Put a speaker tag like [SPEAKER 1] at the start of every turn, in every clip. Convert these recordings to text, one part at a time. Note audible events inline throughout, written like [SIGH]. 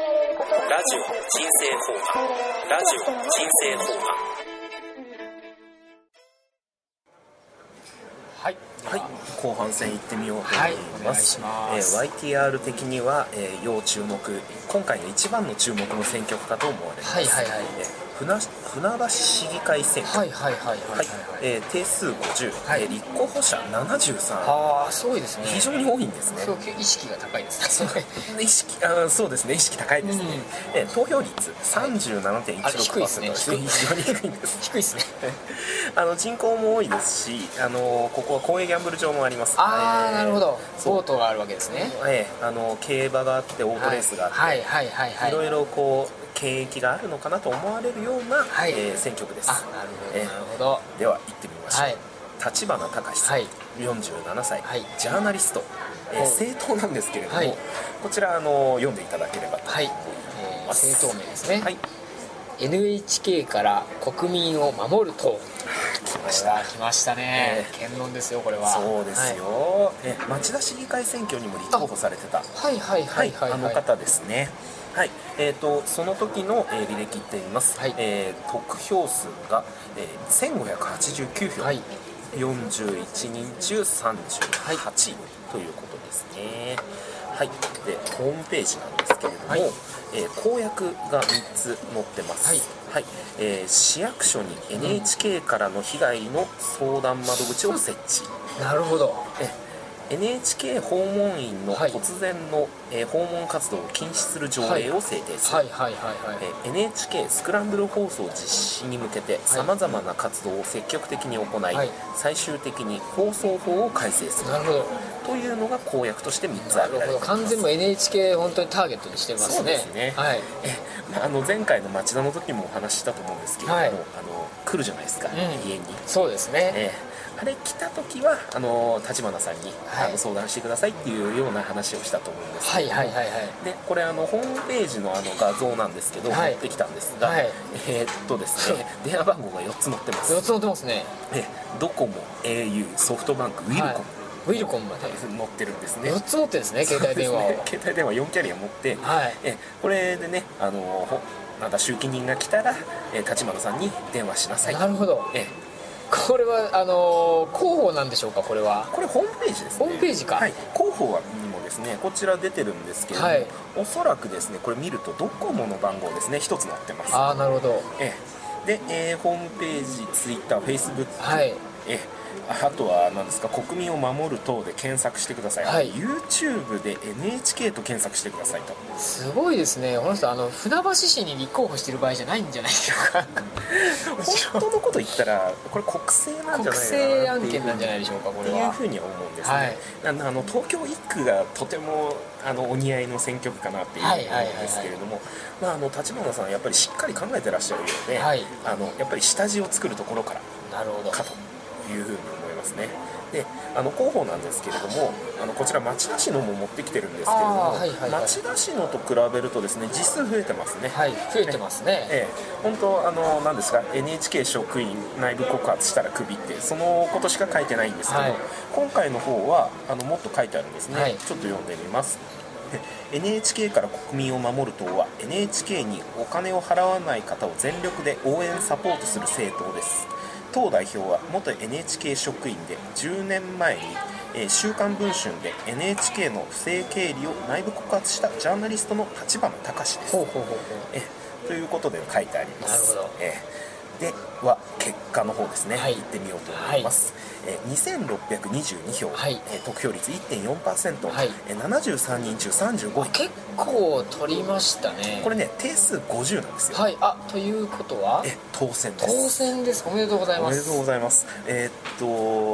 [SPEAKER 1] ラジオ人生相談ラジオ人生相談
[SPEAKER 2] はい、
[SPEAKER 1] はい、後半戦行ってみようと
[SPEAKER 2] はい
[SPEAKER 1] 思います,、
[SPEAKER 2] お願いします
[SPEAKER 1] えー YTR 的には、えー要注目今回の一番の注目の選挙区かと思われます、
[SPEAKER 2] はいはいはい
[SPEAKER 1] えー船船橋市議会選挙、
[SPEAKER 2] はいはいはい
[SPEAKER 1] は
[SPEAKER 2] はいい
[SPEAKER 1] えー定数50、
[SPEAKER 2] はい
[SPEAKER 1] えー立候補者73
[SPEAKER 2] ああすごいですね
[SPEAKER 1] 非常に多いんですね
[SPEAKER 2] そう意識が高いですね
[SPEAKER 1] 意識あーそうですね意識高いですね、えー投票率37.16%、
[SPEAKER 2] あれ低いですね
[SPEAKER 1] 非常に低いんです
[SPEAKER 2] 低いです
[SPEAKER 1] [LAUGHS]
[SPEAKER 2] ね
[SPEAKER 1] あの人口も多いですし、あのここは公営ギャンブル場もあります。
[SPEAKER 2] あ
[SPEAKER 1] え
[SPEAKER 2] あ
[SPEAKER 1] ー
[SPEAKER 2] なるほど
[SPEAKER 1] そう
[SPEAKER 2] ボートがあるわけですね
[SPEAKER 1] ええあの競馬があってオートレースがあって、
[SPEAKER 2] はいはいはいはい
[SPEAKER 1] いろいろこう権益があるのかなと思われるような、
[SPEAKER 2] はい
[SPEAKER 1] えー選挙区です
[SPEAKER 2] あ。なるほど
[SPEAKER 1] ええ
[SPEAKER 2] なるほど
[SPEAKER 1] では行ってみましょう。
[SPEAKER 2] はい
[SPEAKER 1] 立花隆さん、
[SPEAKER 2] はい
[SPEAKER 1] 47歳、
[SPEAKER 2] はい
[SPEAKER 1] ジャーナリスト、えー
[SPEAKER 2] ほう
[SPEAKER 1] 政党なんですけれども、
[SPEAKER 2] はい
[SPEAKER 1] こちらあの読んでいただければと。
[SPEAKER 2] はい、えー政党名ですね、
[SPEAKER 1] はい、
[SPEAKER 2] NHK から国民を守る党
[SPEAKER 1] 来まし
[SPEAKER 2] こ
[SPEAKER 1] た
[SPEAKER 2] れ。は来ましたね
[SPEAKER 1] え、
[SPEAKER 2] 検論ですよこれは
[SPEAKER 1] そうですよ、え町田市議会選挙にも立候補されてた
[SPEAKER 2] はい、はいはいはいはい
[SPEAKER 1] あの方ですね。はい、えー、とその時の、えー履歴って言います、
[SPEAKER 2] はい
[SPEAKER 1] えー得票数が、えー、1589票、
[SPEAKER 2] はい
[SPEAKER 1] 41人中38位ということですね。はい、でホームページなんですけれども、
[SPEAKER 2] はい
[SPEAKER 1] えー公約が3つ載ってます。
[SPEAKER 2] はい
[SPEAKER 1] はいえー市役所に NHK からの被害の相談窓口を設置。
[SPEAKER 2] なるほど
[SPEAKER 1] え NHK 訪問員の
[SPEAKER 2] はい
[SPEAKER 1] 突然の、えー訪問活動を禁止する条例を制定する、
[SPEAKER 2] はいはいはいはい
[SPEAKER 1] えー NHK スクランブル放送実施に向けてさまざまな活動を積極的に行い、
[SPEAKER 2] はい
[SPEAKER 1] 最終的に放送法を改正する
[SPEAKER 2] なるほど
[SPEAKER 1] というのが公約として3つ挙げ
[SPEAKER 2] な
[SPEAKER 1] られ
[SPEAKER 2] るほ
[SPEAKER 1] て
[SPEAKER 2] ど
[SPEAKER 1] います
[SPEAKER 2] 完全にもう NHK 本当にターゲットにしてますね
[SPEAKER 1] そうですね
[SPEAKER 2] はい
[SPEAKER 1] えまああの前回の町田の時もお話ししたと思うんですけれども、
[SPEAKER 2] はい
[SPEAKER 1] あの来るじゃないですか、
[SPEAKER 2] うん
[SPEAKER 1] 家に、
[SPEAKER 2] そうですね
[SPEAKER 1] えーあれ来た時はあの立花さんに、
[SPEAKER 2] は
[SPEAKER 1] あ
[SPEAKER 2] い
[SPEAKER 1] の相談してくださいっていうような話をしたと思うんです
[SPEAKER 2] は
[SPEAKER 1] け
[SPEAKER 2] い
[SPEAKER 1] れども
[SPEAKER 2] はいはいはい
[SPEAKER 1] でこれあのホームページのあの画像なんですけど、
[SPEAKER 2] はい
[SPEAKER 1] 持ってきたんですが、
[SPEAKER 2] はい
[SPEAKER 1] えーっとですね電話番号が4つ載ってます
[SPEAKER 2] 4つ乗ってますね
[SPEAKER 1] えドコモ au ソフトバンクウィルコム、
[SPEAKER 2] はいウィルコムまで
[SPEAKER 1] 載ってるんですね
[SPEAKER 2] 4つ乗ってるんですね携帯電話を、
[SPEAKER 1] そうですね携帯電話4キャリア持って、
[SPEAKER 2] はい
[SPEAKER 1] えこれでねあのほなんだ集金人が来たら、え立花さんに電話しなさい
[SPEAKER 2] なるほど
[SPEAKER 1] え
[SPEAKER 2] これはあのー広報なんでしょうかこれは
[SPEAKER 1] これホームページですね
[SPEAKER 2] ホームページか
[SPEAKER 1] はい、広報にもですねこちら出てるんですけれども、
[SPEAKER 2] はい
[SPEAKER 1] おそらくですねこれ見るとドコモの番号ですね1つ載ってます
[SPEAKER 2] ああなるほど
[SPEAKER 1] ええで、えーホームページ、ツイッター、フェイスブック、
[SPEAKER 2] はい
[SPEAKER 1] ええああとは何ですか国民を守る党で検索してください、
[SPEAKER 2] はい
[SPEAKER 1] YouTube で NHK と検索してくださ
[SPEAKER 2] [LAUGHS]
[SPEAKER 1] いと、
[SPEAKER 2] すごいですねこの人あの船橋市に立候補してる場合じゃないんじゃないでしょ
[SPEAKER 1] [LAUGHS]
[SPEAKER 2] うかむし
[SPEAKER 1] 本
[SPEAKER 2] ろ
[SPEAKER 1] 当のこと言ったら、これ、国政なん
[SPEAKER 2] 国
[SPEAKER 1] じゃないか
[SPEAKER 2] 政
[SPEAKER 1] な
[SPEAKER 2] 案
[SPEAKER 1] っていう
[SPEAKER 2] 件なんじゃないでしょうかこ
[SPEAKER 1] っ
[SPEAKER 2] れ
[SPEAKER 1] ていう
[SPEAKER 2] は
[SPEAKER 1] ふうには思うんですね、
[SPEAKER 2] はい
[SPEAKER 1] あのあの東京一区がとてもあのお似合いの選挙区かなっていうふうに思うんですけれどもまああの立花さん、やっぱりしっかり考えてらっしゃるようで、
[SPEAKER 2] はい
[SPEAKER 1] あのやっぱり下地を作るところから。
[SPEAKER 2] なるほど
[SPEAKER 1] かというふうに思いますね。であの広報なんですけれどもあのこちら町田市のも持ってきてるんですけれども、
[SPEAKER 2] あーはいはいはい
[SPEAKER 1] 町田市のと比べるとですね実数増えてますね。
[SPEAKER 2] はい増えてますね
[SPEAKER 1] ええ、本当あの何ですか NHK 職員内部告発したらクビってそのことしか書いてないんですけど、
[SPEAKER 2] はい
[SPEAKER 1] 今回の方はあのもっと書いてあるんですね、
[SPEAKER 2] はい
[SPEAKER 1] ちょっと読んでみます NHK から国民を守る党は NHK にお金を払わない方を全力で応援サポートする政党です党代表は元 NHK 職員で10年前にえー週刊文春で NHK の不正経理を内部告発したジャーナリストの立花隆です
[SPEAKER 2] ほうほうほうほう
[SPEAKER 1] えということで書いてあります
[SPEAKER 2] なるほど
[SPEAKER 1] えでは結果の方ですね、
[SPEAKER 2] はい
[SPEAKER 1] 行ってみようと思います、え2622票、
[SPEAKER 2] はい
[SPEAKER 1] え得票率1.4%、
[SPEAKER 2] はい
[SPEAKER 1] え73人中35位
[SPEAKER 2] 結構取りましたね
[SPEAKER 1] これね定数50なんですよ、
[SPEAKER 2] はいあということは
[SPEAKER 1] え当選です
[SPEAKER 2] 当選ですおめでとうござい
[SPEAKER 1] お
[SPEAKER 2] ま
[SPEAKER 1] めでとうご
[SPEAKER 2] す
[SPEAKER 1] ざいますえーっ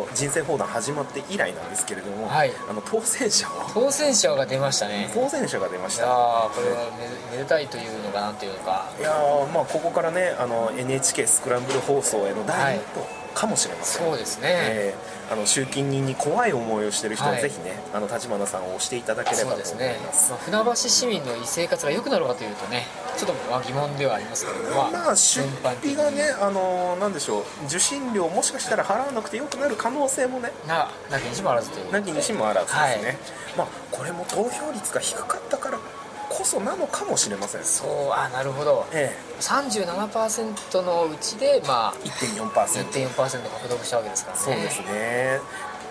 [SPEAKER 1] と人生放談始まって以来なんですけれども、
[SPEAKER 2] はい
[SPEAKER 1] あの当選者を [LAUGHS]
[SPEAKER 2] 当選者が出ましたね
[SPEAKER 1] 当選者が出まし
[SPEAKER 2] い
[SPEAKER 1] た
[SPEAKER 2] やーこれはめめでたいというのかなんていうのか
[SPEAKER 1] いやーまあここからねあの NHK スクランブル放送への第一歩かもしれません、
[SPEAKER 2] そうですね、
[SPEAKER 1] えーあの集金人に怖い思いをしてる人は
[SPEAKER 2] はい
[SPEAKER 1] ぜひね、あの立花さんを押していただければ
[SPEAKER 2] そう
[SPEAKER 1] と思いま
[SPEAKER 2] です
[SPEAKER 1] す
[SPEAKER 2] ね、まあ、船橋市民の生活が良くなるかというとねちょっとまあ疑問ではありますけれども
[SPEAKER 1] まあ出費がね、あのーなんでしょう受信料もしかしたら払わなくてよくなる可能性もね
[SPEAKER 2] ななきにしもあらずという
[SPEAKER 1] なきにしもあらずですね、
[SPEAKER 2] はい
[SPEAKER 1] まあこれも投票率が低かったからこそなのかもしれません
[SPEAKER 2] そうあなるほど
[SPEAKER 1] え
[SPEAKER 2] 37%のうちでまあ
[SPEAKER 1] え1.4%
[SPEAKER 2] 1.4%獲得したわけですからね
[SPEAKER 1] そうですね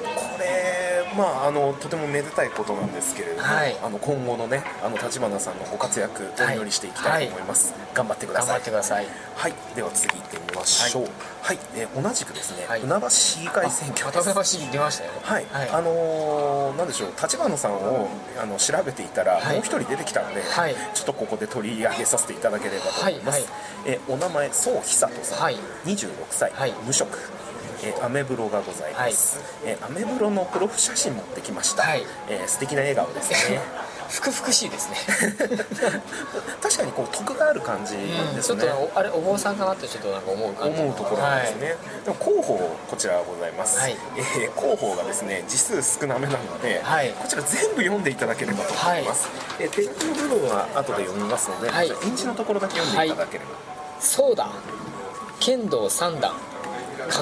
[SPEAKER 1] これまああのとてもめでたいことなんですけれども、
[SPEAKER 2] はい
[SPEAKER 1] あの今後のねあの立花さんのご活躍お祈りしていきたいと思います、頑張ってくだ
[SPEAKER 2] 頑
[SPEAKER 1] さ
[SPEAKER 2] 張
[SPEAKER 1] い
[SPEAKER 2] ってください
[SPEAKER 1] はい、では次行ってみましょう。はい、えー同じくですね、
[SPEAKER 2] はい
[SPEAKER 1] 船橋市議会選挙
[SPEAKER 2] ま
[SPEAKER 1] で
[SPEAKER 2] た
[SPEAKER 1] す。
[SPEAKER 2] 船橋市議出ましたよ
[SPEAKER 1] はい、
[SPEAKER 2] はい
[SPEAKER 1] あのーなんでしょう、立花さんをあの調べていたら、
[SPEAKER 2] はい
[SPEAKER 1] もう一人出てきたので、
[SPEAKER 2] はい
[SPEAKER 1] ちょっとここで取り上げさせていただければと思います。
[SPEAKER 2] はいは
[SPEAKER 1] えーお名前、宋久人さん、
[SPEAKER 2] はい
[SPEAKER 1] 26歳、
[SPEAKER 2] はい
[SPEAKER 1] 無職。えーアメブロがございます、えーアメブロのプロフ写真持ってきました、
[SPEAKER 2] はい
[SPEAKER 1] えー素敵な笑顔です
[SPEAKER 2] [LAUGHS]
[SPEAKER 1] ね
[SPEAKER 2] ふくふくしいですね
[SPEAKER 1] [LAUGHS] 確かにこう徳がある感じ
[SPEAKER 2] うん
[SPEAKER 1] です
[SPEAKER 2] ちょ
[SPEAKER 1] ね、
[SPEAKER 2] っとおあれお坊さんかなってちょっとなんか思う感じ
[SPEAKER 1] 思うところなんですね、
[SPEAKER 2] はい
[SPEAKER 1] でも広報こちらございます、
[SPEAKER 2] はい
[SPEAKER 1] えー広報がですね字数少なめなので、
[SPEAKER 2] はい
[SPEAKER 1] こちら全部読んでいただければと思います、えー手書きの部分は後で読みますので、
[SPEAKER 2] はい
[SPEAKER 1] じゃあ印字のところだけ読んでいただければ、
[SPEAKER 2] そうだ剣道三段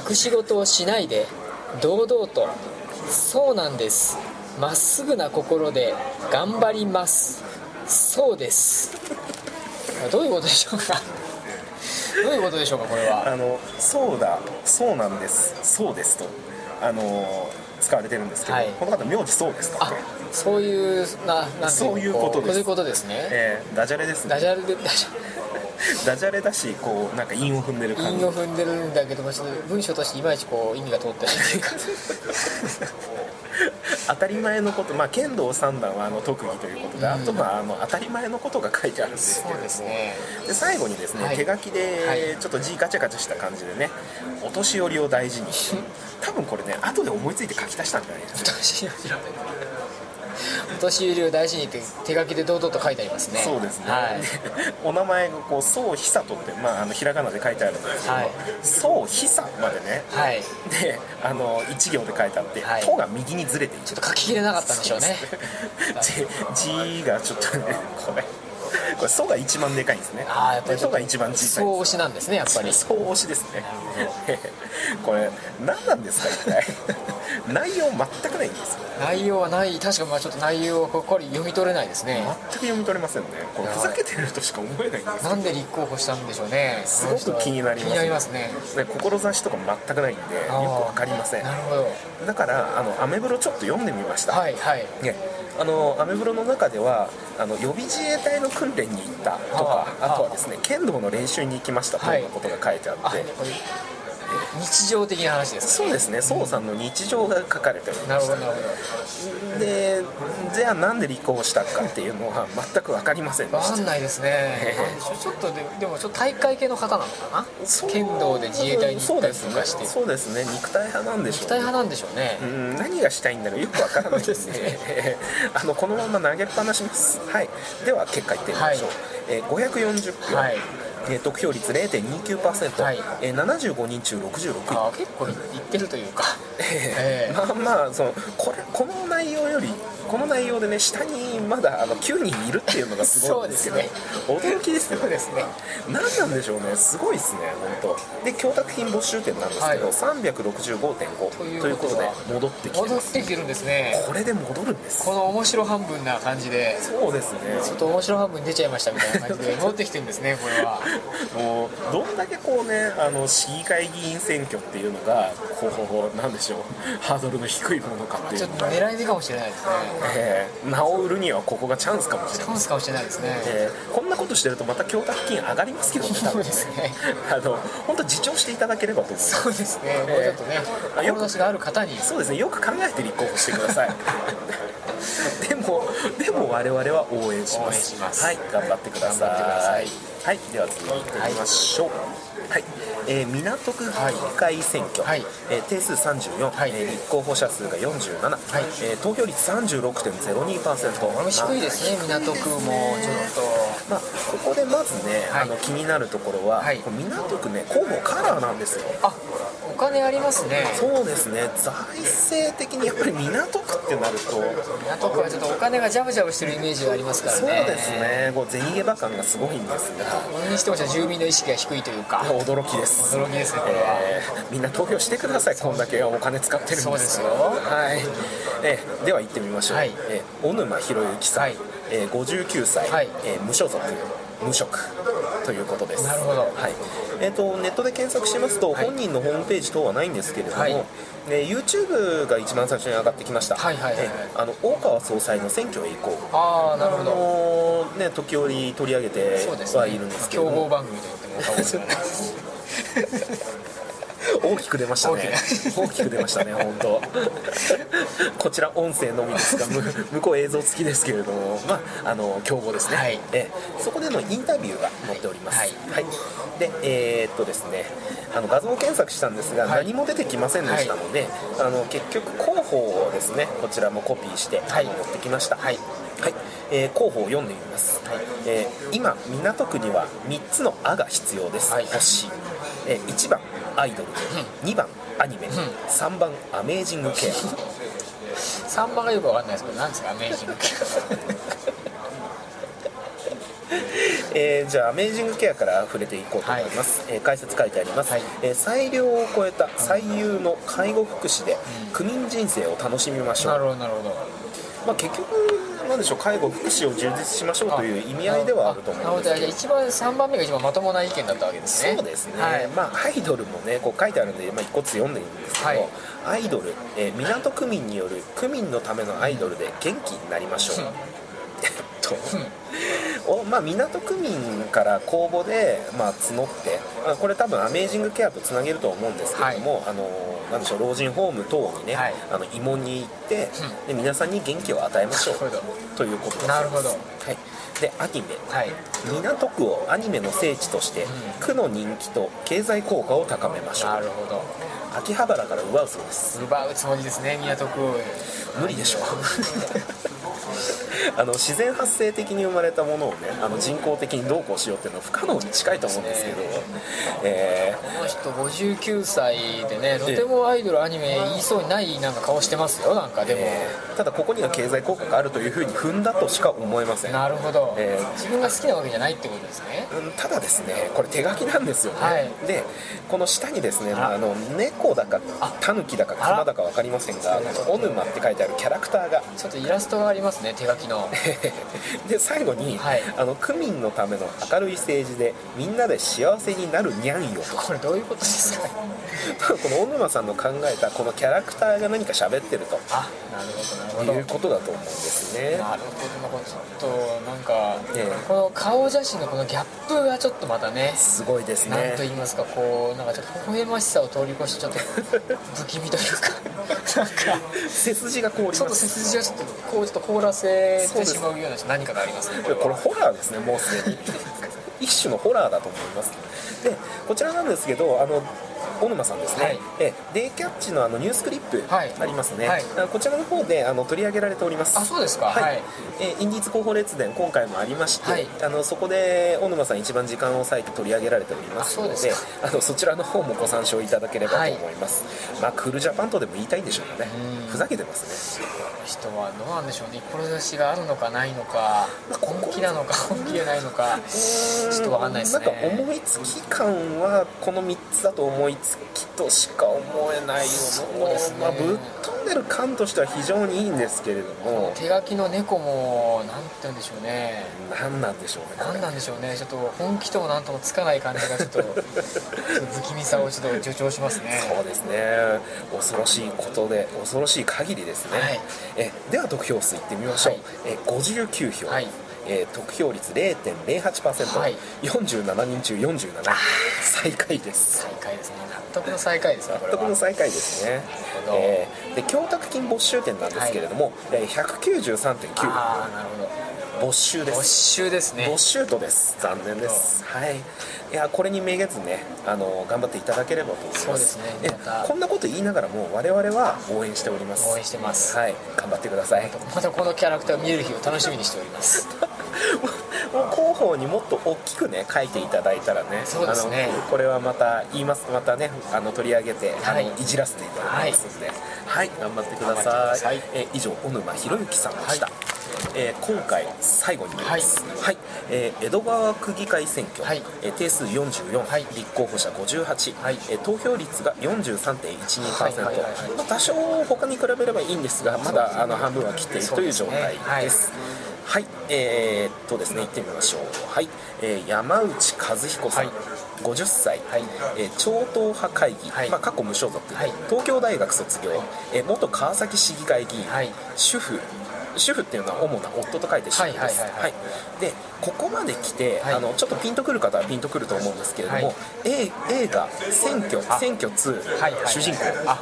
[SPEAKER 2] 隠し事をしないで堂々とそうなんですまっすぐな心で頑張りますそうですどういうことでしょうかどういうことでしょうかこれは
[SPEAKER 1] あのそうだそうなんですそうですとあのー使われてるんですけど、
[SPEAKER 2] はい
[SPEAKER 1] この方名字そうですか
[SPEAKER 2] あ
[SPEAKER 1] らね
[SPEAKER 2] そういうななんていうの
[SPEAKER 1] そういうことです
[SPEAKER 2] そういうことですね
[SPEAKER 1] えーダジャレです
[SPEAKER 2] ダ
[SPEAKER 1] ね
[SPEAKER 2] ジャレでダジ
[SPEAKER 1] ダジャレだしこうなんか韻を踏んでる
[SPEAKER 2] ャレ
[SPEAKER 1] 感
[SPEAKER 2] 韻
[SPEAKER 1] じ
[SPEAKER 2] を踏んでるんだけどちょっと文章としていまいちこう意味が通ってないというか
[SPEAKER 1] 当たり前のこと、まあ、剣道三段はあの特技ということで、あとはあの当たり前のことが書いてあるんですけれども
[SPEAKER 2] ね
[SPEAKER 1] で最後にですね、
[SPEAKER 2] はい
[SPEAKER 1] 手書き
[SPEAKER 2] は
[SPEAKER 1] で
[SPEAKER 2] い
[SPEAKER 1] ちょっと字ガチャガチャした感じでね「お年寄りを大事
[SPEAKER 2] [LAUGHS]
[SPEAKER 1] に」多分これね後で思いついて書き足したんじゃないですか
[SPEAKER 2] 年寄りをお年寄りを大事にって手書きで堂々と書いてありますね
[SPEAKER 1] そうですね、
[SPEAKER 2] はい
[SPEAKER 1] でお名前がこう「そうひさと」って、まあ、あのひらがなで書いてあるんですけど
[SPEAKER 2] はい
[SPEAKER 1] 「そうひさ」までね
[SPEAKER 2] はい
[SPEAKER 1] であの1行で書いてあって「
[SPEAKER 2] はい
[SPEAKER 1] と」が右にずれている
[SPEAKER 2] ちょっと書ききれなかったんでしょうね
[SPEAKER 1] そう [LAUGHS] ですね字がちょっとねこれこれ「ソ」が一番でかいんですね
[SPEAKER 2] ああやっぱり
[SPEAKER 1] で「と」が一番小さい
[SPEAKER 2] そう推しなんですねやっぱり
[SPEAKER 1] そう推しですね [LAUGHS] これ何なんですか一体 [LAUGHS] 内容全くないんですよ
[SPEAKER 2] 内容はない確かまあちょっと内容はここれ読み取れないですね
[SPEAKER 1] 全く読み取れませんねこれふざけてるとしか思えないんです
[SPEAKER 2] なんで立候補したんでしょうね
[SPEAKER 1] すごく気になります
[SPEAKER 2] 気になりますね
[SPEAKER 1] ね志とかも全くないんでよく
[SPEAKER 2] あー
[SPEAKER 1] わかりません
[SPEAKER 2] なるほど
[SPEAKER 1] だからあのアメブロちょっと読んでみました、
[SPEAKER 2] はいはい
[SPEAKER 1] ね、あのアメブロの中ではあの予備自衛隊の訓練に行ったと
[SPEAKER 2] は
[SPEAKER 1] か
[SPEAKER 2] あ
[SPEAKER 1] あとはですね剣道の練習に行きましたと
[SPEAKER 2] はい
[SPEAKER 1] いうことが書いてあ
[SPEAKER 2] あ
[SPEAKER 1] っ
[SPEAKER 2] こ
[SPEAKER 1] て、
[SPEAKER 2] れ日常的な話です
[SPEAKER 1] そうですね宋さんの日常が書かれてる
[SPEAKER 2] なるほどなるほ
[SPEAKER 1] でじゃあなんで立候補したかっていうのは全く分かりませんで
[SPEAKER 2] どわか
[SPEAKER 1] し
[SPEAKER 2] んないです [LAUGHS] ねちょっとででもちょっと大会系の方なのか
[SPEAKER 1] た
[SPEAKER 2] な剣道で自衛隊に行ったりとかして
[SPEAKER 1] そうですねそうですね肉体派なんでし
[SPEAKER 2] 期
[SPEAKER 1] ょう
[SPEAKER 2] 待
[SPEAKER 1] ね
[SPEAKER 2] 派なんでしょうね
[SPEAKER 1] うん何がしたいんだろうよく分からないで
[SPEAKER 2] そ
[SPEAKER 1] す
[SPEAKER 2] う
[SPEAKER 1] ね
[SPEAKER 2] です
[SPEAKER 1] [LAUGHS] あのこのまま投げっぱなしますはいでは結果いってみましょう、
[SPEAKER 2] はい
[SPEAKER 1] えー540票、
[SPEAKER 2] は
[SPEAKER 1] え
[SPEAKER 2] い
[SPEAKER 1] ー得票率0.29%、
[SPEAKER 2] はい
[SPEAKER 1] えー75人中66位
[SPEAKER 2] あ結構いってるというか、
[SPEAKER 1] え
[SPEAKER 2] え
[SPEAKER 1] ーまあまあそのこれこの内容よりこの内容でね下にまだあの9人いるっていうのがすごいんですけど
[SPEAKER 2] そうで
[SPEAKER 1] 驚きですよ
[SPEAKER 2] そうですね
[SPEAKER 1] 何なんでしょうねすごいですね本当で供託品募集点なんですけど、
[SPEAKER 2] はい
[SPEAKER 1] 365.5
[SPEAKER 2] と
[SPEAKER 1] と
[SPEAKER 2] い
[SPEAKER 1] いうう
[SPEAKER 2] こ
[SPEAKER 1] ことと
[SPEAKER 2] は
[SPEAKER 1] で戻ってきて
[SPEAKER 2] [LAUGHS] 戻
[SPEAKER 1] ま
[SPEAKER 2] っ
[SPEAKER 1] す
[SPEAKER 2] てきてるんですね
[SPEAKER 1] これで戻るんです
[SPEAKER 2] この面白半分な感じで
[SPEAKER 1] そうですね
[SPEAKER 2] ちょっと面白半分出ちゃいましたみたいな感じ [LAUGHS] で戻ってきてるんですねこれは
[SPEAKER 1] もうどんだけこうねあの市議会議員選挙っていうのがこうなんでしょうハードルの低いものかってい
[SPEAKER 2] ちょ
[SPEAKER 1] う
[SPEAKER 2] っ
[SPEAKER 1] の
[SPEAKER 2] と
[SPEAKER 1] が、
[SPEAKER 2] 狙い目かもしれないですね
[SPEAKER 1] えー名を売るにはここがチャンスかもしれない
[SPEAKER 2] チャンスかもしれないですね
[SPEAKER 1] えーこんなことしてるとまた供託金上がりますけどね、多
[SPEAKER 2] [LAUGHS] そう
[SPEAKER 1] 分
[SPEAKER 2] ですね
[SPEAKER 1] あの本当自重していただければと思います。
[SPEAKER 2] そうですねもうちょっとね
[SPEAKER 1] あよく
[SPEAKER 2] 志がある方に
[SPEAKER 1] そうですね、よく考えて立候補してくだ
[SPEAKER 2] [LAUGHS]
[SPEAKER 1] さい。でも、でも我々は応援し
[SPEAKER 2] 応
[SPEAKER 1] ま
[SPEAKER 2] 援
[SPEAKER 1] す。
[SPEAKER 2] します
[SPEAKER 1] はい、頑張ってください。
[SPEAKER 2] 頑張ってく
[SPEAKER 1] はい、では次行ってみましょう。はい、えー港区議会選挙、
[SPEAKER 2] はい
[SPEAKER 1] えー定数34、
[SPEAKER 2] はい
[SPEAKER 1] えー立候補者数が47、
[SPEAKER 2] い
[SPEAKER 1] えー投票率36.02%、
[SPEAKER 2] これも低いですね港区もちょっと
[SPEAKER 1] まあ、ここでまずね、
[SPEAKER 2] はい
[SPEAKER 1] あの気になるところは、
[SPEAKER 2] はい
[SPEAKER 1] こう港区ね、広報カラーなんですよ。
[SPEAKER 2] あお金ありますね
[SPEAKER 1] そうですね、財政的にやっぱり港区ってなると、
[SPEAKER 2] 港区はちょっとお金がジャブジャブしてるイメージがありますからね
[SPEAKER 1] そうですね、こう銭ゲバ感がすごいんですが、
[SPEAKER 2] これにしてもじゃあ住民の意識が低いというか
[SPEAKER 1] 驚きです。
[SPEAKER 2] 驚きですねこれは、
[SPEAKER 1] えーみんな投票してください、こんだけお金使ってるんです
[SPEAKER 2] そうですよ
[SPEAKER 1] はい、えーでは行ってみましょう、
[SPEAKER 2] はい
[SPEAKER 1] えー小沼博之さん、
[SPEAKER 2] はい
[SPEAKER 1] ええー59歳、
[SPEAKER 2] はい
[SPEAKER 1] えー無所属無職ということです
[SPEAKER 2] なるほど
[SPEAKER 1] はいえー、とネットで検索しますと、
[SPEAKER 2] はい
[SPEAKER 1] 本人のホームページ等はないんですけれども、
[SPEAKER 2] はい
[SPEAKER 1] えー YouTube が一番最初に上がってきました、
[SPEAKER 2] はいはいはいはい
[SPEAKER 1] えーあの大川総裁の選挙へ行こう
[SPEAKER 2] ああなるほ
[SPEAKER 1] あ
[SPEAKER 2] ど
[SPEAKER 1] のーね、時折取り上げて
[SPEAKER 2] そうです
[SPEAKER 1] は
[SPEAKER 2] ね
[SPEAKER 1] いるんですけれ
[SPEAKER 2] 競
[SPEAKER 1] ど
[SPEAKER 2] 合
[SPEAKER 1] も、
[SPEAKER 2] 番組と言っても過言で [LAUGHS] はないです
[SPEAKER 1] 大きく出ましたね大きく出ましたね本当こちら音声のみですがむ向こう映像付きですけれども、まあ、あの競合ですね、
[SPEAKER 2] はい
[SPEAKER 1] えそこでのインタビューが載っております、
[SPEAKER 2] はい
[SPEAKER 1] はいでえーっとですねあの画像検索したんですが、
[SPEAKER 2] はい
[SPEAKER 1] 何も出てきませんでしたので、あの結局広報をですねこちらもコピーして、
[SPEAKER 2] はい
[SPEAKER 1] 持ってきました、
[SPEAKER 2] はい
[SPEAKER 1] はいえー広報を読んでみます、えー今港区には3つの「あ」が必要です、
[SPEAKER 2] はい
[SPEAKER 1] 欲しい、えー1番アイドル、2番アニメ、3番アメージング
[SPEAKER 2] [LAUGHS]
[SPEAKER 1] ケア
[SPEAKER 2] サンマがよくわかんないですけどなんですかアメージング
[SPEAKER 1] えーじゃあアメージングケアから触れていこうと思います、えー解説書いてあります、
[SPEAKER 2] はい
[SPEAKER 1] えー裁量を超えた最優の介護福祉で区民人生を楽しみましょう
[SPEAKER 2] なるほどなるほど
[SPEAKER 1] まあ、結局なんでしょう介護福祉を充実しましょうという意味合いではあると思うんですけど
[SPEAKER 2] なるほどじゃあ一番三番目が一番まともな意見だったわけですね
[SPEAKER 1] そうですね、
[SPEAKER 2] はい
[SPEAKER 1] まあ、アイドルもねこう書いてあるんで、まあ、一個ずつ読んでいいんですけど、
[SPEAKER 2] はい
[SPEAKER 1] アイドル、えー港区民による区民のためのアイドルで元気になりましょう、
[SPEAKER 2] うん
[SPEAKER 1] えっとおまあ、港区民から公募で、まあ、募ってあこれ多分アメージングケアとつなげると思うんですけども、あのーなんでしょう老人ホーム等にね、
[SPEAKER 2] はい
[SPEAKER 1] あの慰問に行ってで皆さんに元気を与えましょう
[SPEAKER 2] なるほ
[SPEAKER 1] ということだそうです
[SPEAKER 2] なるほど
[SPEAKER 1] はい、でアニメ
[SPEAKER 2] はい
[SPEAKER 1] 港区をアニメの聖地として、区の人気と経済効果を高めましょ
[SPEAKER 2] な
[SPEAKER 1] う
[SPEAKER 2] るほど
[SPEAKER 1] 秋葉原から奪うそうです
[SPEAKER 2] 奪うつもりですね港区を
[SPEAKER 1] 無理でしょう [LAUGHS] あの自然発生的に生まれたものをねあの人工的にどうこうしようっていうのは不可能に近いと思うんですけど、え
[SPEAKER 2] この人59歳でねとてもアイドルアニメ言いそうにないなんか顔してますよなんか
[SPEAKER 1] ー
[SPEAKER 2] でも、
[SPEAKER 1] えーただここには経済効果があるというふうに踏んだとしか思えません
[SPEAKER 2] なるほど、
[SPEAKER 1] えー
[SPEAKER 2] 自分が好きなわけじゃないってことですね
[SPEAKER 1] うんただですねこれ手書きなんですよね、
[SPEAKER 2] はい
[SPEAKER 1] でこの下にですね
[SPEAKER 2] あ
[SPEAKER 1] あの猫だかタヌキだか
[SPEAKER 2] あら
[SPEAKER 1] 熊だか分かりませんが「オヌマ」って書いてあるキャラクターが
[SPEAKER 2] ちょっとイラストがありますね手書き [LAUGHS] の
[SPEAKER 1] [LAUGHS] で最後に、
[SPEAKER 2] はい
[SPEAKER 1] あの区民のための明るい政治でみんなで幸せになるにゃんよと
[SPEAKER 2] これどういうことですか
[SPEAKER 1] [LAUGHS] この小沼さんの考えたこのキャラクターが何か喋ってると
[SPEAKER 2] あなるほどな
[SPEAKER 1] いう
[SPEAKER 2] るほ
[SPEAKER 1] ことだと思うんですね
[SPEAKER 2] どなるほどちょっとなんか、
[SPEAKER 1] ええ
[SPEAKER 2] この顔写真のこのギャップがちょっとまたね
[SPEAKER 1] すごいです
[SPEAKER 2] なん
[SPEAKER 1] ね
[SPEAKER 2] と言いますかこうなんかちょっと微笑ましさを通り越してちょっと不気味というか [LAUGHS] なんか
[SPEAKER 1] 背筋が凍り
[SPEAKER 2] ちょっ
[SPEAKER 1] ま
[SPEAKER 2] と背
[SPEAKER 1] す
[SPEAKER 2] 筋がちょっとこうちょっと凍らせてしまうような何かがありますねこれ
[SPEAKER 1] これ
[SPEAKER 2] は
[SPEAKER 1] ホラーですねもうすでに一種のホラーだと思いますでこちらなんですけどあの小沼さんですね、
[SPEAKER 2] はい
[SPEAKER 1] えデイキャッチのあのニュースクリップ
[SPEAKER 2] はい
[SPEAKER 1] ありますね、
[SPEAKER 2] はい
[SPEAKER 1] あこちらの方であの取り上げられております
[SPEAKER 2] あそうですか
[SPEAKER 1] はい
[SPEAKER 2] はい
[SPEAKER 1] えーインディーズ候補列伝今回もありまして、
[SPEAKER 2] はい
[SPEAKER 1] あのそこで小沼さん一番時間を割いて取り上げられておりますの
[SPEAKER 2] あ
[SPEAKER 1] で
[SPEAKER 2] そうです
[SPEAKER 1] あのそちらの方もご参照いただければと思います、まあクールジャパンとでも言いたいんでしょうかね
[SPEAKER 2] うん
[SPEAKER 1] ふざけてますね
[SPEAKER 2] 人はどうなんでしょうね志があるのかないのか
[SPEAKER 1] まあここ
[SPEAKER 2] 本気なのか本気じゃないのかちょっとわかんないですね
[SPEAKER 1] なんか思いつき感はこの3つだと思いつきとしか思えないよ
[SPEAKER 2] そうですね
[SPEAKER 1] まあ、ぶっ飛んでる感としては非常にいいんですけれども
[SPEAKER 2] 手書きの猫もなんて言うんでしょうね
[SPEAKER 1] 何なんでしょうねこれ
[SPEAKER 2] 何なんでしょうねちょっと本気とも何ともつかない感じがちょっとちょっと不気味さをちょっと助長しますね
[SPEAKER 1] そうですね恐ろしいことで恐ろしい限りですね、
[SPEAKER 2] はい
[SPEAKER 1] えでは得票数いってみましょう、
[SPEAKER 2] はい
[SPEAKER 1] え59票、
[SPEAKER 2] はい
[SPEAKER 1] えー得票率0.08%、
[SPEAKER 2] はい
[SPEAKER 1] 47人中47人最下位です
[SPEAKER 2] 最下位ですね納得の最下位ですねこれ
[SPEAKER 1] 納
[SPEAKER 2] は
[SPEAKER 1] 得の最下位ですね
[SPEAKER 2] なるほ、ど
[SPEAKER 1] えーで供託金没収点なんですけれども、えー193.9
[SPEAKER 2] ああなるほど
[SPEAKER 1] 没収です
[SPEAKER 2] 没収ですね
[SPEAKER 1] ボシュートです残念ですはいいやこれにめげずねあの頑張っていただければと思います
[SPEAKER 2] そうですね
[SPEAKER 1] え
[SPEAKER 2] また
[SPEAKER 1] こんなこと言いながらも我々は応援しております
[SPEAKER 2] 応援してます
[SPEAKER 1] はい頑張ってください
[SPEAKER 2] またこのキャラクター見れる日を楽しみにしております
[SPEAKER 1] もう広報にもっと大きくね書いていただいたらね
[SPEAKER 2] そうですね
[SPEAKER 1] あのこれはまた言いますまたねあの取り上げて、
[SPEAKER 2] はい
[SPEAKER 1] あのいじらせていただきますのではい、頑張ってくだ
[SPEAKER 2] 頑張ってくだ
[SPEAKER 1] さ
[SPEAKER 2] さ
[SPEAKER 1] い
[SPEAKER 2] い
[SPEAKER 1] え以上小沼博之さんでした、
[SPEAKER 2] はい
[SPEAKER 1] えー今回最後になります、はいえー江戸川区議会選挙、
[SPEAKER 2] はい
[SPEAKER 1] えー定数44、
[SPEAKER 2] はい
[SPEAKER 1] 立候補者58、
[SPEAKER 2] はい
[SPEAKER 1] えー投票率が43.12%、
[SPEAKER 2] はいはいはいはい
[SPEAKER 1] まあ、多少他に比べればいいんですがまだあの半分は来ているという状態です
[SPEAKER 2] そうですね
[SPEAKER 1] はいは
[SPEAKER 2] はい
[SPEAKER 1] い、えー、っとですね、行ってみましょう。はい、えー山内和彦さん。
[SPEAKER 2] はい
[SPEAKER 1] 50歳、えー超党派会議、
[SPEAKER 2] はい
[SPEAKER 1] まあ、過去無所属、
[SPEAKER 2] はい
[SPEAKER 1] 東京大学卒業、えー元川崎市議会議員、
[SPEAKER 2] はい
[SPEAKER 1] 主婦主婦っていうのは主な夫と書いて主婦です、
[SPEAKER 2] はいはいはいはい
[SPEAKER 1] でここまで来て、
[SPEAKER 2] はい
[SPEAKER 1] あのちょっとピンとくる方はピンとくると思うんですけれども、
[SPEAKER 2] はい
[SPEAKER 1] え映画「選挙
[SPEAKER 2] あ
[SPEAKER 1] 選挙2」
[SPEAKER 2] はいはい
[SPEAKER 1] 主人公
[SPEAKER 2] あ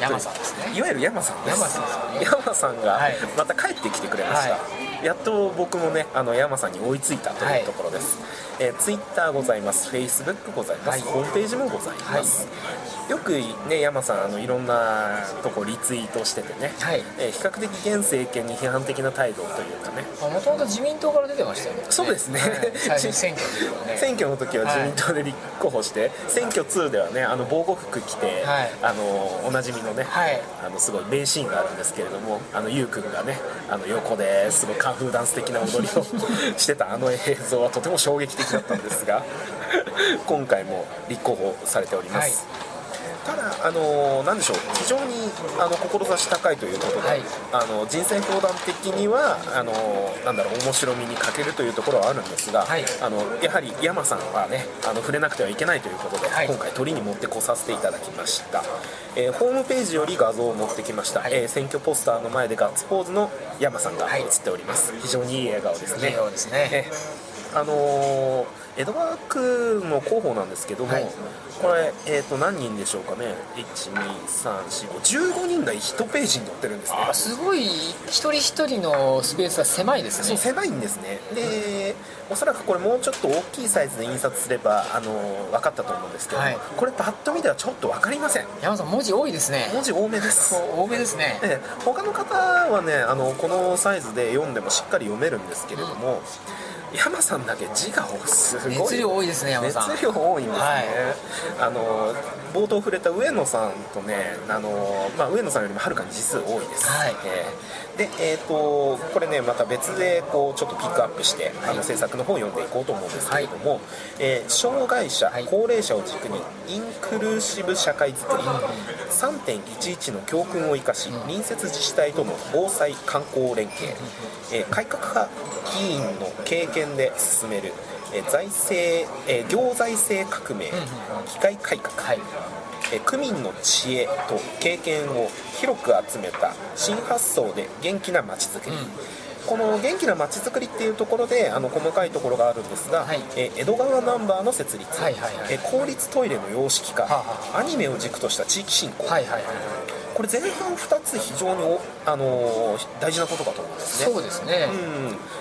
[SPEAKER 2] 山さんですね
[SPEAKER 1] いわゆる山さんです
[SPEAKER 2] 山さんです
[SPEAKER 1] 山さんが
[SPEAKER 2] はい
[SPEAKER 1] また帰ってきてくれました、
[SPEAKER 2] は
[SPEAKER 1] やっと僕もねあの山さんに追いついたというところです、えツイッター Twitter ございますフェイスブックございます、
[SPEAKER 2] はい
[SPEAKER 1] ホームページもございます、よくね山さんあのいろんなとこリツイートしててね、
[SPEAKER 2] はい
[SPEAKER 1] えー比較的現政権に批判的な態度というかね
[SPEAKER 2] もともと自民党から出てましたよね
[SPEAKER 1] そうですね
[SPEAKER 2] はい最
[SPEAKER 1] [LAUGHS]
[SPEAKER 2] 初選挙の時はね
[SPEAKER 1] 選挙の時は自民党で立候補して、選挙2ではねあの防護服着て、
[SPEAKER 2] はい
[SPEAKER 1] あのおなじみのね、
[SPEAKER 2] はい
[SPEAKER 1] あのすごい名シーンがあるんですけれどもあのゆうくんがねあの横ですごいカンフーダンス的な
[SPEAKER 2] [LAUGHS]
[SPEAKER 1] 踊りをしてたあの映像はとても衝撃的だったんです
[SPEAKER 2] [LAUGHS]
[SPEAKER 1] が今回も立候補されております、ただあのなんでしょう非常にあの志高いということで、
[SPEAKER 2] はい
[SPEAKER 1] あの人選講談的にはあのなんだろう面白みに欠けるというところはあるんですが、
[SPEAKER 2] はい
[SPEAKER 1] あのやはり山さんはねあの触れなくてはいけないということで、
[SPEAKER 2] はい
[SPEAKER 1] 今回鳥に持ってこさせていただきました、えーホームページより画像を持ってきました、
[SPEAKER 2] はい
[SPEAKER 1] えー選挙ポスターの前でガッツポーズの山さんが
[SPEAKER 2] はい
[SPEAKER 1] 映っております、非常にいい笑顔ですね
[SPEAKER 2] 笑顔ですね
[SPEAKER 1] えーあのー江戸川区の候補なんですけども、
[SPEAKER 2] はい
[SPEAKER 1] これ、えー、と何人でしょうかね12345人が1ページに載ってるんですね
[SPEAKER 2] あすごい一人一人のスペースは狭いです
[SPEAKER 1] そう
[SPEAKER 2] ね
[SPEAKER 1] 狭いんですねでおそらくこれもうちょっと大きいサイズで印刷すればあの分かったと思うんですけど、
[SPEAKER 2] はい
[SPEAKER 1] これパッと見ではちょっと分かりません
[SPEAKER 2] 山さん文字多いですね
[SPEAKER 1] 文字多めです
[SPEAKER 2] 多めですね
[SPEAKER 1] ええ他の方はねあのこのサイズで読んでもしっかり読めるんですけれども、山さんだけ字がすごい
[SPEAKER 2] 熱量多いですね山さん
[SPEAKER 1] 熱量多いんですね、
[SPEAKER 2] はい
[SPEAKER 1] あの冒頭触れた上野さんとねあの、まあ、上野さんよりもはるかに字数多いです、
[SPEAKER 2] はい
[SPEAKER 1] えーでえー、とこれねまた別でこうちょっとピックアップして、あの制作の本を読んでいこうと思うんですけれども、えー障害者、
[SPEAKER 2] はい
[SPEAKER 1] 高齢者を軸にインクルーシブ社会づくり、3.11の教訓を生かし、隣接自治体との防災観光連携、えー改革派議員の経験で進める、えー財政、えー行財政革命、機械改革、
[SPEAKER 2] はい
[SPEAKER 1] えー区民の知恵と経験を広く集めた新発想で元気な街づくり、
[SPEAKER 2] うん
[SPEAKER 1] この元気な街づくりっていうところであの細かいところがあるんですが、
[SPEAKER 2] はい
[SPEAKER 1] えー江戸川ナンバーの設立、
[SPEAKER 2] はいはいはい
[SPEAKER 1] えー公立トイレの様式化、
[SPEAKER 2] はあは
[SPEAKER 1] アニメを軸とした地域振興、
[SPEAKER 2] はいはいはい
[SPEAKER 1] これ前半2つ非常にお、あのー大事なことかと思うんですね
[SPEAKER 2] そうですね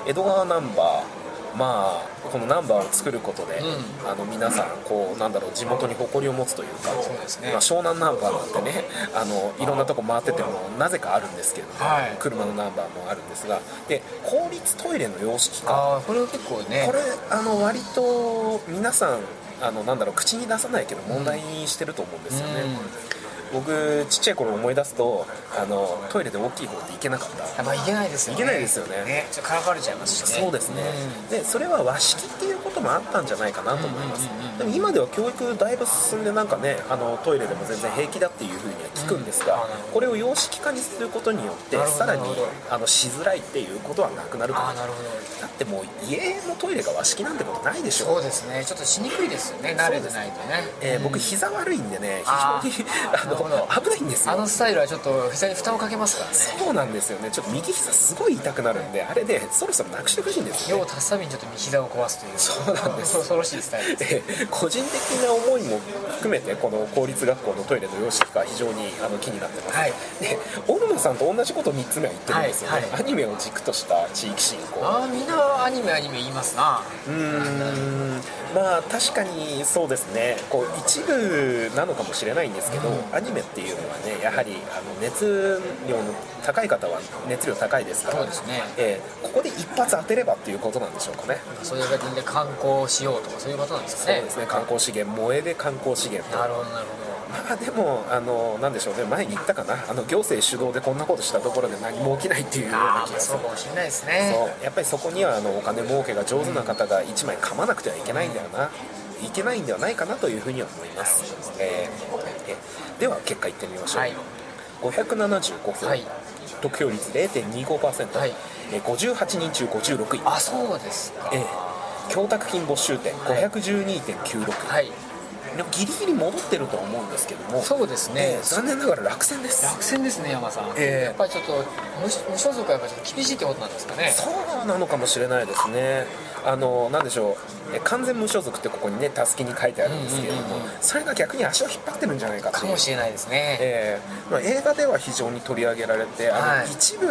[SPEAKER 1] うん、江戸川ナンバーまあこのナンバーを作ることで、
[SPEAKER 2] う
[SPEAKER 1] あの皆さんこうなんだろう地元に誇りを持つというか
[SPEAKER 2] そうですね
[SPEAKER 1] まあ湘南ナンバーなんてねあのいろんなとこ回っててもなぜかあるんですけれども、
[SPEAKER 2] はい
[SPEAKER 1] 車のナンバーもあるんですがで公立トイレの様式化
[SPEAKER 2] ああこれは結構ね
[SPEAKER 1] これあの割と皆さんあのなんだろう口に出さないけど問題にしてると思うんですよね、僕ちっちゃい頃思い出すとあのトイレで大きい方って行けなかった
[SPEAKER 2] うんまあいけないですよね
[SPEAKER 1] いけないですよね
[SPEAKER 2] ちょっとからかわれちゃいますしね
[SPEAKER 1] そうですね、でそれは和式っていうこともあったんじゃないかなと思います、
[SPEAKER 2] うんうんうんうん
[SPEAKER 1] でも今では教育だいぶ進んでなんかねあのトイレでも全然平気だっていうふうには聞くんですが、
[SPEAKER 2] うんあなるほど
[SPEAKER 1] これを様式化にすることによって
[SPEAKER 2] なるほ
[SPEAKER 1] さ
[SPEAKER 2] ど
[SPEAKER 1] らに
[SPEAKER 2] なるほど
[SPEAKER 1] あのしづらいっていうことはなくなる
[SPEAKER 2] うん
[SPEAKER 1] か
[SPEAKER 2] ああ
[SPEAKER 1] な
[SPEAKER 2] なるほど
[SPEAKER 1] だってもう家のトイレが和式なんてことないでしょ
[SPEAKER 2] そうですねちょっとしにくいですよね慣れてないとね
[SPEAKER 1] えー僕
[SPEAKER 2] うん
[SPEAKER 1] 膝悪いんでね
[SPEAKER 2] あー
[SPEAKER 1] 非常にあ
[SPEAKER 2] なるほど
[SPEAKER 1] の危ないんです
[SPEAKER 2] あ
[SPEAKER 1] よ
[SPEAKER 2] のスタイルはちょっと膝に負担をかけますからね
[SPEAKER 1] そうなんですよねちょっと右膝すごい痛くなるんであれでそろそろなくしてほしいんですよ
[SPEAKER 2] 用
[SPEAKER 1] ね
[SPEAKER 2] を足すたびにちょっと膝を壊すという
[SPEAKER 1] そうなんです
[SPEAKER 2] 恐ろしいスタイルです
[SPEAKER 1] えー個人的な思いも含めてこの公立学校のトイレの様式が非常にあの気になってます、
[SPEAKER 2] はい
[SPEAKER 1] でオルモさんと同じこと3つ目は言ってるんですよね、
[SPEAKER 2] はいはい
[SPEAKER 1] アニメを軸とした地域振興
[SPEAKER 2] ああみんなアニメアニメ言いますな
[SPEAKER 1] うーんまあ確かにそうですねこう一部なのかもしれないんですけど、アニメっていうのはねやはりあの熱量の高い方は熱量高いですから
[SPEAKER 2] そうですね
[SPEAKER 1] えーここで一発当てればっていうことなんでしょうかね
[SPEAKER 2] それが全然観光しようとかそういうことなんです
[SPEAKER 1] そ
[SPEAKER 2] か
[SPEAKER 1] う
[SPEAKER 2] ね
[SPEAKER 1] ですね観光資源萌えで観光資源と
[SPEAKER 2] なるほどなる
[SPEAKER 1] まあでもあのなんでしょうね前に言ったかなあの行政主導でこんなことしたところで何も起きないっていうよう
[SPEAKER 2] ほどあ
[SPEAKER 1] な
[SPEAKER 2] あ
[SPEAKER 1] 気
[SPEAKER 2] まあ
[SPEAKER 1] がす
[SPEAKER 2] そ
[SPEAKER 1] る
[SPEAKER 2] うかもしれないですね
[SPEAKER 1] そうやっぱりそこにはあのお金儲けが上手な方が1枚噛まなくてはいけないんだよな、いけないんではないかなというふうには思います、えーえでは結果いってみましょう、
[SPEAKER 2] はい
[SPEAKER 1] 575票、
[SPEAKER 2] はい
[SPEAKER 1] 得票率0.25%、
[SPEAKER 2] はい
[SPEAKER 1] えー58人中56位、
[SPEAKER 2] あそうですか
[SPEAKER 1] えー供託金没収点
[SPEAKER 2] はい
[SPEAKER 1] 512.96、
[SPEAKER 2] はい
[SPEAKER 1] でもギリギリ戻ってるとは思うんですけども、
[SPEAKER 2] そうです
[SPEAKER 1] え
[SPEAKER 2] ね
[SPEAKER 1] ー残念ながら落選です。
[SPEAKER 2] 落選ですね山さん、
[SPEAKER 1] ええ
[SPEAKER 2] やっぱりちょっと無所無所属はやっぱりちょっと厳しいってことなんですかね
[SPEAKER 1] そうなのかもしれないですね。あのなんでしょうえ完全無所属ってここにねたすきに書いてあるんですけれども、
[SPEAKER 2] うんうんうん
[SPEAKER 1] それが逆に足を引っ張ってるんじゃないかっていう
[SPEAKER 2] かもしれないですね、
[SPEAKER 1] えーまあ、映画では非常に取り上げられて、あ
[SPEAKER 2] は
[SPEAKER 1] の
[SPEAKER 2] い
[SPEAKER 1] 一部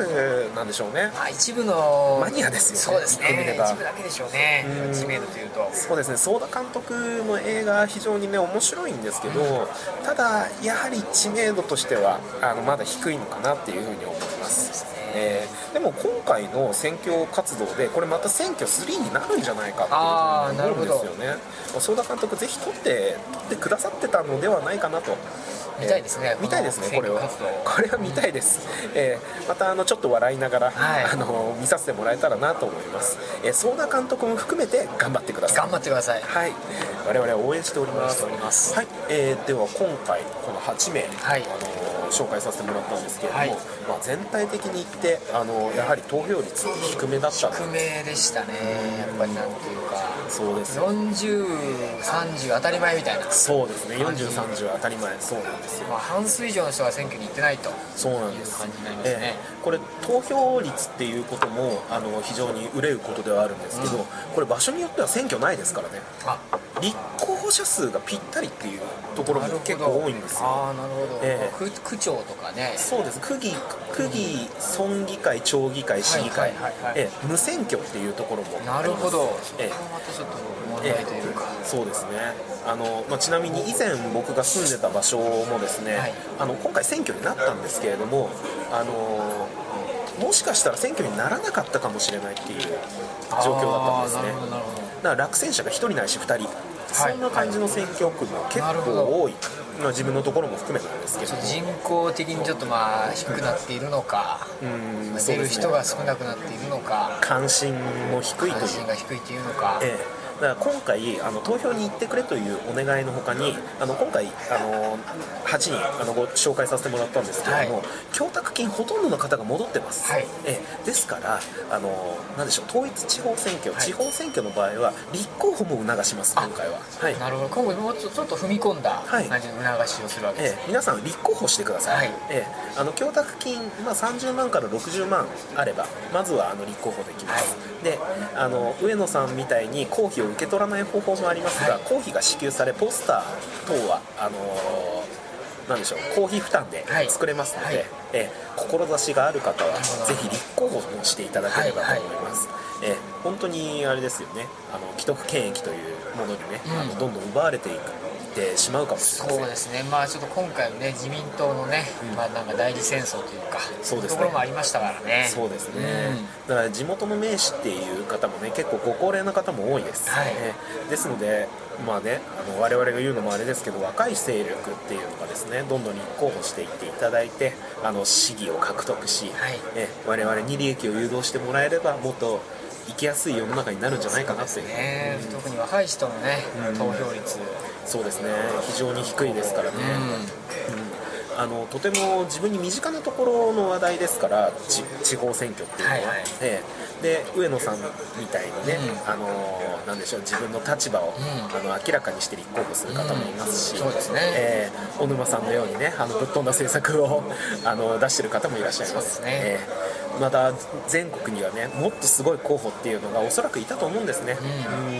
[SPEAKER 1] なんでしょうね
[SPEAKER 2] まあ一部の
[SPEAKER 1] マニアですよね
[SPEAKER 2] そうです
[SPEAKER 1] 言ってみ
[SPEAKER 2] ね
[SPEAKER 1] れば
[SPEAKER 2] 一部だけでしょうね
[SPEAKER 1] うん
[SPEAKER 2] 知名度というと
[SPEAKER 1] そうですね相田監督の映画非常にね面白いんですけどただやはり知名度としてはあのまだ低いのかなっていうふうに思います
[SPEAKER 2] そうですね
[SPEAKER 1] えーでも今回の選挙活動でこれまた選挙3になるんじゃないか
[SPEAKER 2] あ
[SPEAKER 1] っ
[SPEAKER 2] ー
[SPEAKER 1] て
[SPEAKER 2] な
[SPEAKER 1] いう
[SPEAKER 2] る
[SPEAKER 1] ふう
[SPEAKER 2] ほ
[SPEAKER 1] に
[SPEAKER 2] ど
[SPEAKER 1] 思うんですよね相田監督ぜひ撮って撮ってくださってたのではないかなと
[SPEAKER 2] 見たいですね
[SPEAKER 1] えー見たいですねこ
[SPEAKER 2] こ
[SPEAKER 1] れ
[SPEAKER 2] の
[SPEAKER 1] は
[SPEAKER 2] 選挙活
[SPEAKER 1] こ
[SPEAKER 2] 動
[SPEAKER 1] れは見たいです、えーまたあのちょっと笑いながら、
[SPEAKER 2] はい
[SPEAKER 1] あの見させてもらえたらなと思います、えー、相田監督も含めて頑張ってください
[SPEAKER 2] 頑張ってください
[SPEAKER 1] はい、我々は応援しております。
[SPEAKER 2] 応援しております
[SPEAKER 1] はい、えーでは今回この8名、
[SPEAKER 2] はい
[SPEAKER 1] あの紹介させてもらったんですけれども、
[SPEAKER 2] はい
[SPEAKER 1] まあ全体的に言ってあのやはり投票率低めだったの
[SPEAKER 2] 不明でしたねやっぱりなんていうか
[SPEAKER 1] そうですね。
[SPEAKER 2] 4030当たり前みたいな、
[SPEAKER 1] そうですね。40、30は当たり前。そうなんですよ。
[SPEAKER 2] まあ、半数以上の人が選挙に行ってないと
[SPEAKER 1] そうなんです。
[SPEAKER 2] いう感じになりますね
[SPEAKER 1] これ投票率っていうこともあの非常に憂うことではあるんですけど、
[SPEAKER 2] うん
[SPEAKER 1] これ場所によっては選挙ないですからね。
[SPEAKER 2] あ
[SPEAKER 1] 立候補者数がぴったりっていうところも結構多いんですよ。
[SPEAKER 2] ああなるほど、
[SPEAKER 1] ええ
[SPEAKER 2] 区区長とかね
[SPEAKER 1] そうです区議区議村議会町議会市議会、
[SPEAKER 2] はいはいはいはい
[SPEAKER 1] ええ無選挙っていうところもあります
[SPEAKER 2] なるほどそ
[SPEAKER 1] え
[SPEAKER 2] れ
[SPEAKER 1] え
[SPEAKER 2] はまたちょっと問
[SPEAKER 1] え
[SPEAKER 2] 題というか、
[SPEAKER 1] えそうですねあの、まあ、ちなみに以前僕が住んでた場所もですね、
[SPEAKER 2] はい
[SPEAKER 1] あの今回選挙になったんですけれどもあのもしかしたら選挙にならなかったかもしれないっていう状況だったんで
[SPEAKER 2] あーなる
[SPEAKER 1] す
[SPEAKER 2] ほ
[SPEAKER 1] ね
[SPEAKER 2] どなるほど
[SPEAKER 1] だから落選者が1人ないし2人、
[SPEAKER 2] はい
[SPEAKER 1] そんな感じの選挙区も結
[SPEAKER 2] なるほど
[SPEAKER 1] 構多い、まあ、自分のところも含めなんですけ
[SPEAKER 2] ち
[SPEAKER 1] ど
[SPEAKER 2] ょっ
[SPEAKER 1] も
[SPEAKER 2] と人口的にちょっとまあ低くなっているのか
[SPEAKER 1] うんそう
[SPEAKER 2] 出
[SPEAKER 1] で
[SPEAKER 2] る
[SPEAKER 1] すね
[SPEAKER 2] 人が少なくなっているのか
[SPEAKER 1] 関心も低いという
[SPEAKER 2] 関心が低いっていうのか、
[SPEAKER 1] ええ、だから今回あの投票に行ってくれというお願いのほかにあの今回あの8人あのご紹介させてもらったんですけれども、
[SPEAKER 2] はい
[SPEAKER 1] 供託金ほとんどの方が戻ってます、
[SPEAKER 2] はい
[SPEAKER 1] ええ、ですからあのなんでしょう統一地方選挙、
[SPEAKER 2] はい
[SPEAKER 1] 地方選挙の場合は立候補も促します今回は、はい
[SPEAKER 2] なるほど今後もうちょちょっと踏み込んだ
[SPEAKER 1] はい
[SPEAKER 2] 感じの促しをするわけです
[SPEAKER 1] え
[SPEAKER 2] ね、
[SPEAKER 1] え、皆さん立候補してください、
[SPEAKER 2] はい
[SPEAKER 1] ええ、あの供託金、まあ、30万から60万あればまずはあの立候補できます、であの上野さんみたいに公費を受け取らない方法もありますが、
[SPEAKER 2] はい
[SPEAKER 1] 公費が支給されポスター等はあのーなんでしょう公費負担で
[SPEAKER 2] はい
[SPEAKER 1] 作れますので、
[SPEAKER 2] はい
[SPEAKER 1] ええ志がある方は
[SPEAKER 2] るほど
[SPEAKER 1] ぜひ立候補もしていただければと思います、ええ本当にあれですよねあの既得権益というものにね、あ
[SPEAKER 2] う
[SPEAKER 1] の
[SPEAKER 2] ん
[SPEAKER 1] どんどん奪われていくってしまうかもしれません
[SPEAKER 2] そうですね、まあ、ちょっと今回のね、自民党のね、まあ、なんか代理戦争というか、
[SPEAKER 1] そうですね
[SPEAKER 2] ところもありましたからね、
[SPEAKER 1] そうですね、だから地元の名士っていう方もね結構ご高齢な方も多いです、
[SPEAKER 2] はい
[SPEAKER 1] ねですのでまあねあの我々が言うのもあれですけど若い勢力っていうのがですねどんどん立候補していっていただいてあの市議を獲得し、
[SPEAKER 2] はい
[SPEAKER 1] え我々に利益を誘導してもらえればもっと生きやすい世の中になるんじゃないかなっていう
[SPEAKER 2] うんね特に若い人のね、
[SPEAKER 1] うん
[SPEAKER 2] 投票率、
[SPEAKER 1] そうですね非常に低いですからね、うんあのとても自分に身近なところの話題ですからち地方選挙っていうのは、
[SPEAKER 2] はいはい
[SPEAKER 1] ええで上野さんみたいにね、
[SPEAKER 2] う
[SPEAKER 1] あのなんでしょう自分の立場を、
[SPEAKER 2] うん
[SPEAKER 1] あの明らかにして立候補する方もいますし、
[SPEAKER 2] うんそうですね
[SPEAKER 1] ええ小沼さんのようにねあのぶっ飛んだ政策を [LAUGHS] あの出してる方もいらっしゃいます
[SPEAKER 2] そうですね
[SPEAKER 1] ええまた全国にはねもっとすごい候補っていうのがおそらくいたと思うんですね、うん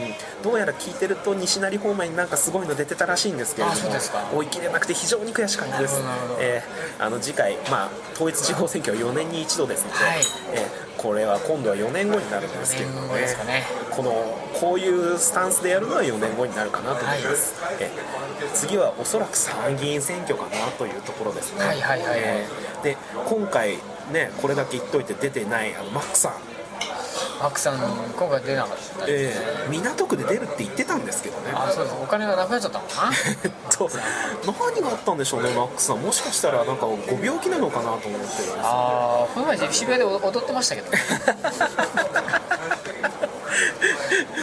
[SPEAKER 1] どうやら聞いてると西成方面になんかすごいの出てたらしいんですけれど
[SPEAKER 2] あそ
[SPEAKER 1] も
[SPEAKER 2] うですか
[SPEAKER 1] 追い切れなくて非常に悔しかったです
[SPEAKER 2] なるほどなるほど
[SPEAKER 1] えーあの次回、まあ、統一地方選挙は4年に一度ですので、
[SPEAKER 2] はい
[SPEAKER 1] えーこれは今度は4年後になるんですけれど
[SPEAKER 2] 4年
[SPEAKER 1] も
[SPEAKER 2] 後
[SPEAKER 1] ね
[SPEAKER 2] ですかね
[SPEAKER 1] このこういうスタンスでやるのは4年後になるかなと思います、えー次はおそらく参議院選挙かなというところですね
[SPEAKER 2] はいはいはいはい
[SPEAKER 1] えーで今回ねこれだけ言っといて出てないあのマックさん、
[SPEAKER 2] マックさん、今回出なかったです
[SPEAKER 1] えー港区で出るって言ってたんですけどね
[SPEAKER 2] あそうですお金がなくなっちゃったのか
[SPEAKER 1] [LAUGHS]
[SPEAKER 2] な
[SPEAKER 1] えっと、何があったんでしょうね、マックさん、もしかしたらなんかご病気なのかなと思ってるんですよ
[SPEAKER 2] ああこの前渋谷で踊ってましたけどね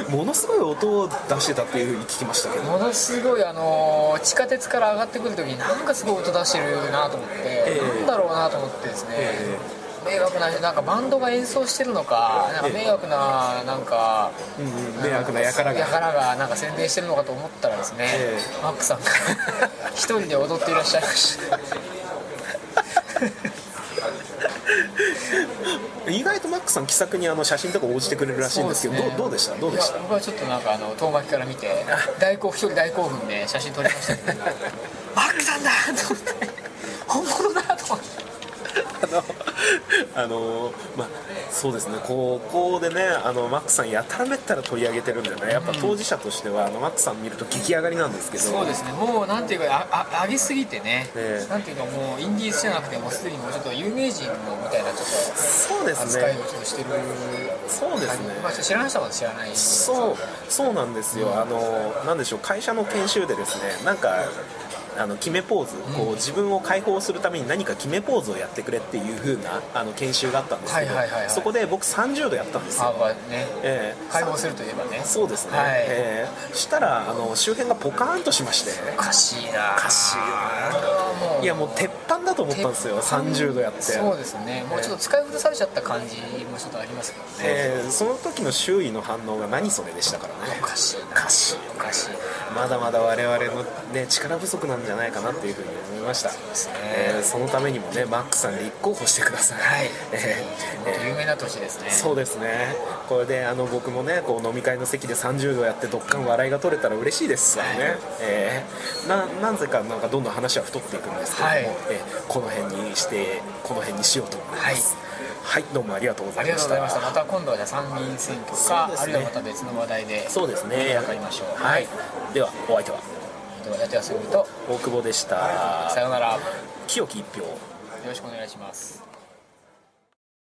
[SPEAKER 1] ものすごい音を出してたっていうふうに聞きましたけど、
[SPEAKER 2] ものすごいあのー地下鉄から上がってくるときになんかすごい音出してるなと思って、
[SPEAKER 1] ええ
[SPEAKER 2] なんだろうなと思ってですね、
[SPEAKER 1] え
[SPEAKER 2] 迷惑ななんかバンドが演奏してるのかなんか迷惑ななんか
[SPEAKER 1] うんうん、迷惑なやからが
[SPEAKER 2] やからがなんか宣伝してるのかと思ったらですね、
[SPEAKER 1] え
[SPEAKER 2] マックさんが一人で踊っていらっしゃいました
[SPEAKER 1] 意外とマックさん気さくにあの写真とか応じてくれるらしいんですけど
[SPEAKER 2] そうですね
[SPEAKER 1] どうどうでしたどうでし
[SPEAKER 2] い
[SPEAKER 1] た
[SPEAKER 2] や僕はちょっとなんかあの遠巻きから見て大興奮一人大興奮で写真撮りました
[SPEAKER 1] [LAUGHS]
[SPEAKER 2] けどマックさんだと思って本物だと思って
[SPEAKER 1] あのあ [LAUGHS] のまあそうですねこうここでねあのマックさんやたらめったら取り上げてるんでねやっぱ当事者としては、あのマックさん見ると激上がりなんですけど
[SPEAKER 2] そうですねもうなんていうかああ上げすぎてね、
[SPEAKER 1] ええ
[SPEAKER 2] なんていうかもうインディーズじゃなくてもうすでにもうちょっと有名人のみたいなちょっと
[SPEAKER 1] そうです
[SPEAKER 2] 扱い
[SPEAKER 1] ね
[SPEAKER 2] をちょっとしてる
[SPEAKER 1] そうですね
[SPEAKER 2] まあ、知らない人は知らない
[SPEAKER 1] そうそうなんですよ、あのなんでしょう会社の研修でですねなんかあの決めポーズ、こう自分を解放するために何か決めポーズをやってくれっていう風なあの研修があったんですけど、
[SPEAKER 2] はいはいはいはい
[SPEAKER 1] そこで僕30度やったんです
[SPEAKER 2] あ
[SPEAKER 1] よ、
[SPEAKER 2] まあね
[SPEAKER 1] ええ
[SPEAKER 2] 解放するといえばね
[SPEAKER 1] そうですね、
[SPEAKER 2] はい
[SPEAKER 1] ええしたらあの周辺がポカーンとしまして
[SPEAKER 2] おかしいなおか
[SPEAKER 1] しいよな
[SPEAKER 2] もう
[SPEAKER 1] いやもう鉄板だと思ったんですよ30度やって
[SPEAKER 2] そうですねもうちょっと使い古されちゃった感じもちょっとありますけどね、
[SPEAKER 1] ええその時の周囲の反応が何それでしたからね
[SPEAKER 2] おかしいな
[SPEAKER 1] おかしい
[SPEAKER 2] おかしいな
[SPEAKER 1] まだまだ我々の、ね、力不足なんじゃないかなっていうふうに思いました
[SPEAKER 2] すね
[SPEAKER 1] えーそのためにもねマックさん立候補してください、
[SPEAKER 2] はい
[SPEAKER 1] え
[SPEAKER 2] もっと有名な年ですね
[SPEAKER 1] ーそうですねこれであの僕もねこう飲み会の席で30度やってどっかん笑いが取れたら嬉しいですからね、えーななぜかなんかどんどん話は太っていくんですけれども、
[SPEAKER 2] はい
[SPEAKER 1] えーこの辺にしてこの辺にしようと思います
[SPEAKER 2] はい
[SPEAKER 1] はい、どうもありがとうご
[SPEAKER 2] あ
[SPEAKER 1] ざ
[SPEAKER 2] り
[SPEAKER 1] い
[SPEAKER 2] が
[SPEAKER 1] ま
[SPEAKER 2] と
[SPEAKER 1] し
[SPEAKER 2] うございましたたまた今度はじゃあ参議院選挙
[SPEAKER 1] そ
[SPEAKER 2] か、
[SPEAKER 1] うですね
[SPEAKER 2] あるいはまた別の話題で
[SPEAKER 1] そうですね
[SPEAKER 2] わかりましょう
[SPEAKER 1] はい、ではお相手は
[SPEAKER 2] ではやってやすみと
[SPEAKER 1] 大久保でした
[SPEAKER 2] さようならよ
[SPEAKER 1] 清き一票
[SPEAKER 2] ろしくお願いします